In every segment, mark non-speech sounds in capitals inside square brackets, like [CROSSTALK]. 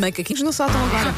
Macaquinhos não soltam agora.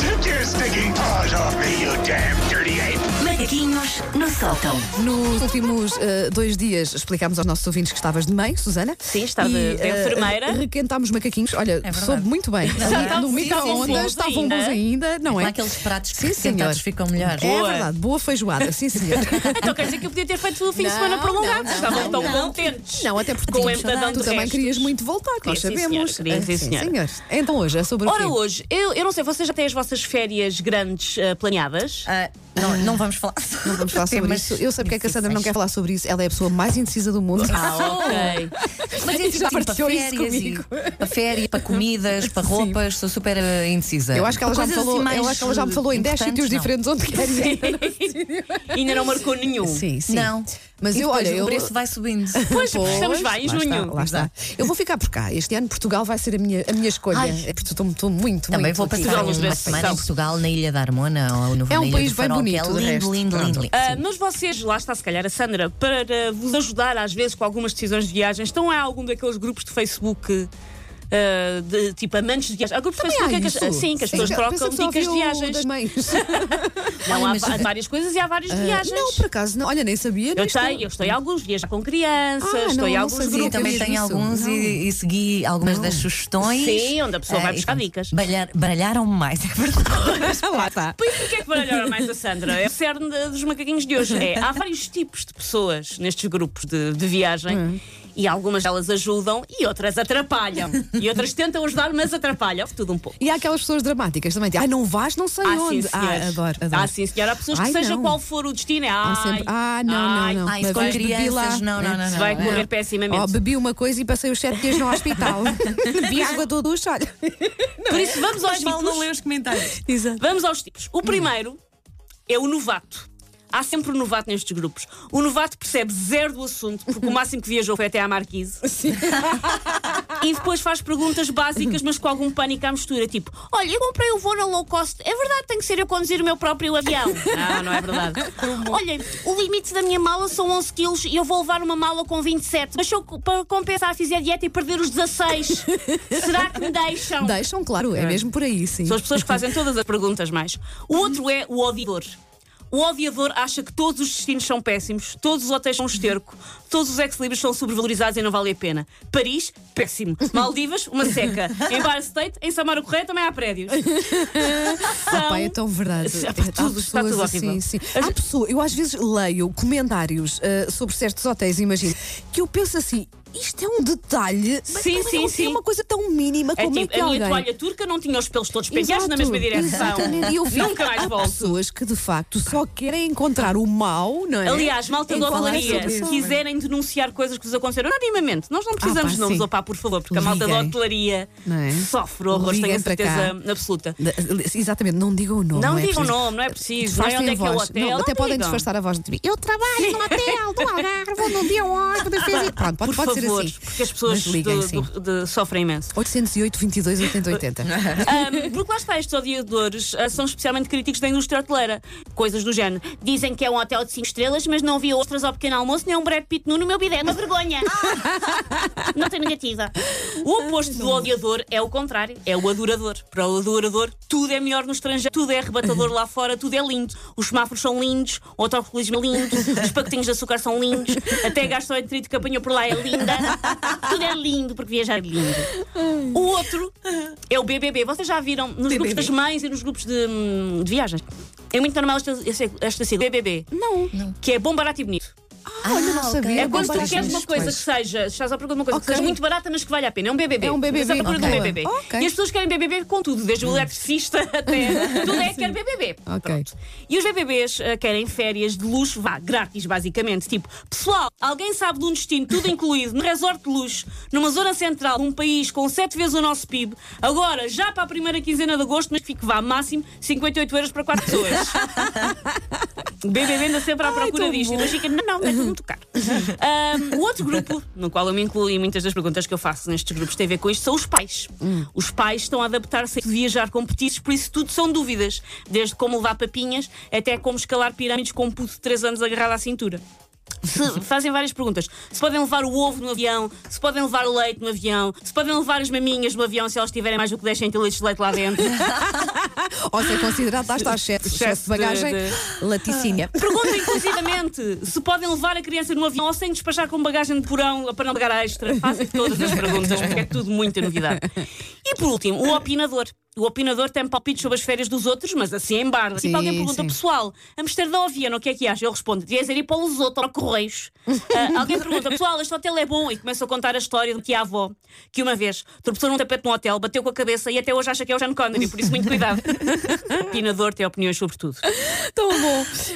Take your stinking paws off me, you damn dirty ape! Macaquinhos no sótão. Nos últimos eh, dois dias explicámos aos nossos ouvintes que estavas de mãe, Susana. Sim, estava de eh, enfermeira. requentámos macaquinhos. É Olha, soube muito bem. estavam- no sim, sim, sim, né? micro-ondas bons estavam ainda. bons ainda, não é? Aqueles pratos que Sim, senhor. sentados ficam melhores. É Boa. verdade, boa feijoada, sim senhor. [LAUGHS] Então quer dizer que eu podia ter feito o fim de Não, semana prolongado. não, Estavam não, tão não. contentes. Não, até porque Com tu, lentadão tu de também restos. querias muito voltar, que nós Queria, sim, sabemos. senhora, queria, sim, senhora. senhor. Então hoje é sobre Ora, o quê? hoje, eu, eu não sei, vocês já têm as vossas férias grandes ah, planeadas? Ah, não, não vamos falar. Não Vamos falar sobre isso. Eu sei porque é que a Sandra não quer falar sobre isso. Ela é a pessoa mais indecisa do mundo. Ah, ok. Mas é tipo, Já sim, para partilhou isso férias, e- comigo. para férias, para comidas, para roupas, sou super eh, indecisa. Eu acho que ela já me Coisas assim falou, eu mais, acho que ela já me falou em 10 importantes, sítios não. diferentes onde quer ir. [LAUGHS] Ainda não marcou nenhum. Sim, sim. Não. Mas E eu, depois olha, eu. O preço [LAUGHS] vai subindo. Pois, estamos bem lá em junho. Está, lá está. Eu vou ficar por cá. Este ano Portugal vai ser a minha, a minha escolha. Ai. É porque estou, estou muito, Também muito vou aqui. passar Vamos ver uma se semana em são. Portugal, na Ilha da Harmona ou no É um Vermelho país do bem Farol, que bonito, de É resto. lindo, lindo, Pronto. lindo, lindo. Ah, mas vocês, lá está se calhar a Sandra, para vos ajudar às vezes com algumas decisões de viagens, estão a algum daqueles grupos de Facebook ah, de tipo amantes de viagens? Há grupos de Também há Facebook em que isso. as, sim, que as é Sim. pessoas Pensa trocam que só dicas de ouvi o viagens. das mães. Não, há, mas- há várias coisas e há várias viagens. [LAUGHS] Ah, Não, por acaso, não. Olha, nem sabia. Eu nem estou- tenho, eu estou em alguns, viajo com crianças, é um Ah, estou não, em não alguns sabia. Sim, grupos. também grupos. tenho alguns e, e segui algumas das sugestões. Sim, onde a pessoa vai Ah, e buscar pronto. dicas. Baralhar- Baralharam-me mais, é verdade. [LAUGHS] lá está. Por isso porque é que baralharam mais a Sandra? É o cerne de- dos macaquinhos de hoje. É, há vários tipos de pessoas nestes grupos de, de viagem Hum. e algumas delas ajudam e outras atrapalham. E outras tentam ajudar, mas atrapalham. Tudo um pouco. E há aquelas pessoas dramáticas também. Ah, não vais, não sei Ah, sim, onde. senhores. ah, adoro, adoro. Ah, sim, senhora. Há pessoas que, Ai, seja não. qual for o destino, é. Há Ai, sempre- ah, não, ai, não, não. Ai, Uma com vez bebi crianças, lá, não, né? não, não, Se não. vai não. correr pessimamente. Oh, bebi uma coisa e passei os sete dias no hospital. Bebi água todo o olha. Por isso, vamos aos é? tipos. os comentários. Exato. Vamos aos tipos. O primeiro é o novato. Há sempre um novato nestes grupos. O novato percebe zero do assunto, porque o máximo que viajou foi até à Marquise. e depois faz perguntas básicas, mas com algum pânico à mistura. Tipo, olha, eu comprei o voo na low cost. É verdade, tem que ser eu conduzir o meu próprio avião. não, não é verdade. olha, o limite da minha mala são 11 quilos e eu vou levar uma mala com 27. Mas se eu, co- para compensar, fizer dieta e perder os 16, será que me deixam? Deixam, claro, é mesmo por aí, sim. São as pessoas que fazem todas as perguntas mais. O outro é o odiador. O odiador acha que todos os destinos são péssimos, todos os hotéis são um esterco, todos os ex-libros são sobrevalorizados e não vale a pena. Paris, péssimo. Maldivas, uma [LAUGHS] seca. Em Bar State, em Samara Correia também há prédios. São- Pá, é tão [LAUGHS] verdade. Sim, Há está tudo- está pessoas tudo horrível. assim, sim. As- Há pessoas, eu às vezes leio comentários ah, sobre certos hotéis, imagino, que eu penso assim, isto é um detalhe, mas Sim, também sim, não- é sim. uma coisa tão mínima É como é tipo, que a minha alguém... toalha turca não tinha os pelos todos penteados na mesma direção. exatamente. E eu fico- [LAUGHS] Nunca mais há volto. pessoas que de facto só querem encontrar o mal, não é? Aliás, malta Em do falar hotelaria, sobre se isso. quiserem denunciar coisas que vos aconteceram anonimamente, nós não precisamos Ah, pá, de nomes, sim. opá, por favor, porque a malta da Liguem. hotelaria Não é? sofre horrores, tenho a Liguem para cá. certeza absoluta. Exatamente, não digam o nome. Não é digam o preciso. nome, não é preciso, não é Disfarcem onde é a que é o voz. hotel. Não, até não podem digam. disfarçar a voz de mim. Eu trabalho no hotel do Algarve, vou num dia hóspede, fiz [LAUGHS] isso. Pronto, pode, Por pode favor, ser assim. porque as pessoas Mas liguem, do- sim. do- de- [LAUGHS] sofrem imenso. 808 22 80 80. [LAUGHS] Ahm, porque lá está, estes odiadores ah, são especialmente críticos da indústria hoteleira. Coisas do género. Dizem que é um hotel de 5 estrelas, mas não havia ostras ao pequeno almoço, nem um Brad Pitt nu no meu bidé. Uma [LAUGHS] vergonha. [LAUGHS] Nota negativa. O oposto do odiador é o contrário, é o adorador. Para o adorador, tudo é melhor no estrangeiro, tudo é arrebatador lá fora, tudo é lindo. Os semáforos são lindos, o autocolismo é lindo, os pacotinhos de açúcar são lindos, até a gastroenterite que apanhou por lá é linda. Tudo é lindo, porque viajar é lindo. O outro é o BBB. Vocês já viram nos grupos das mães e nos grupos de, hum, de viagens. É muito normal esta, esta, esta sigla, BBB, Não. que é bom, barato e bonito. Ah, Olha, não sabia. É bom, quando tu barato e queres uma bonito, coisa que pois. seja, estás à procura de uma coisa que Ok. seja muito barata, mas que valha a pena. É um BBB. É um BBB, Estás à procura de ok. um BBB. Ok. Hum. E as pessoas querem BBB com tudo, desde o eletricista [LAUGHS] até. tudo é que quer BBB. Ok. Pronto. E os BBBs ah, querem férias de luxo, vá, grátis, basicamente. Tipo, pessoal, alguém sabe de um destino, tudo incluído, num resort de luxo, numa zona central de um país com sete vezes o nosso PIB, agora, já para a primeira quinzena de agosto, mas que fique, vá, máximo 58 euros para [LAUGHS] quatro pessoas. BBB anda sempre à procura tão disto. E depois fica, não, não, é tudo muito caro. Ahm, Um, o outro grupo, no qual eu me incluo e muitas das perguntas que eu faço nestes grupos têm a ver com isto, são os pais. Os pais estão a adaptar-se a viajar com petiscos, por isso tudo são dúvidas. Desde como levar papinhas até como escalar pirâmides com um puto de 3 anos agarrado à cintura. Se- fazem várias perguntas. Se podem levar o ovo no avião, se podem levar o leite no avião, se podem levar as maminhas no avião se elas tiverem mais do que 10 centilitros de leite lá dentro. Ou se é considerado, lá está chefe, chefe de Chefe de- bagagem, [LAUGHS] laticínia. Pergunta, inclusivamente, se podem levar a criança no avião ou sem despachar com bagagem de porão para não pagar extra. Fazem todas as perguntas, porque é tudo muita novidade. E por último, o opinador. O opinador tem palpites sobre as férias dos outros, mas assim em barba. Sim, Tipo, alguém pergunta, sim. pessoal, Amsterdão ou Viena, o que é que acha? Eu respondo, devias ir para os outros, ou Correios. Ah, alguém pergunta, pessoal, este hotel é bom? E começa a contar a história de que a avó, que uma vez tropeçou num tapete num hotel, bateu com a cabeça e até hoje [LAUGHS] acha que é o John Connery, por isso muito cuidado. opinador tem opiniões sobre tudo. Tão bom.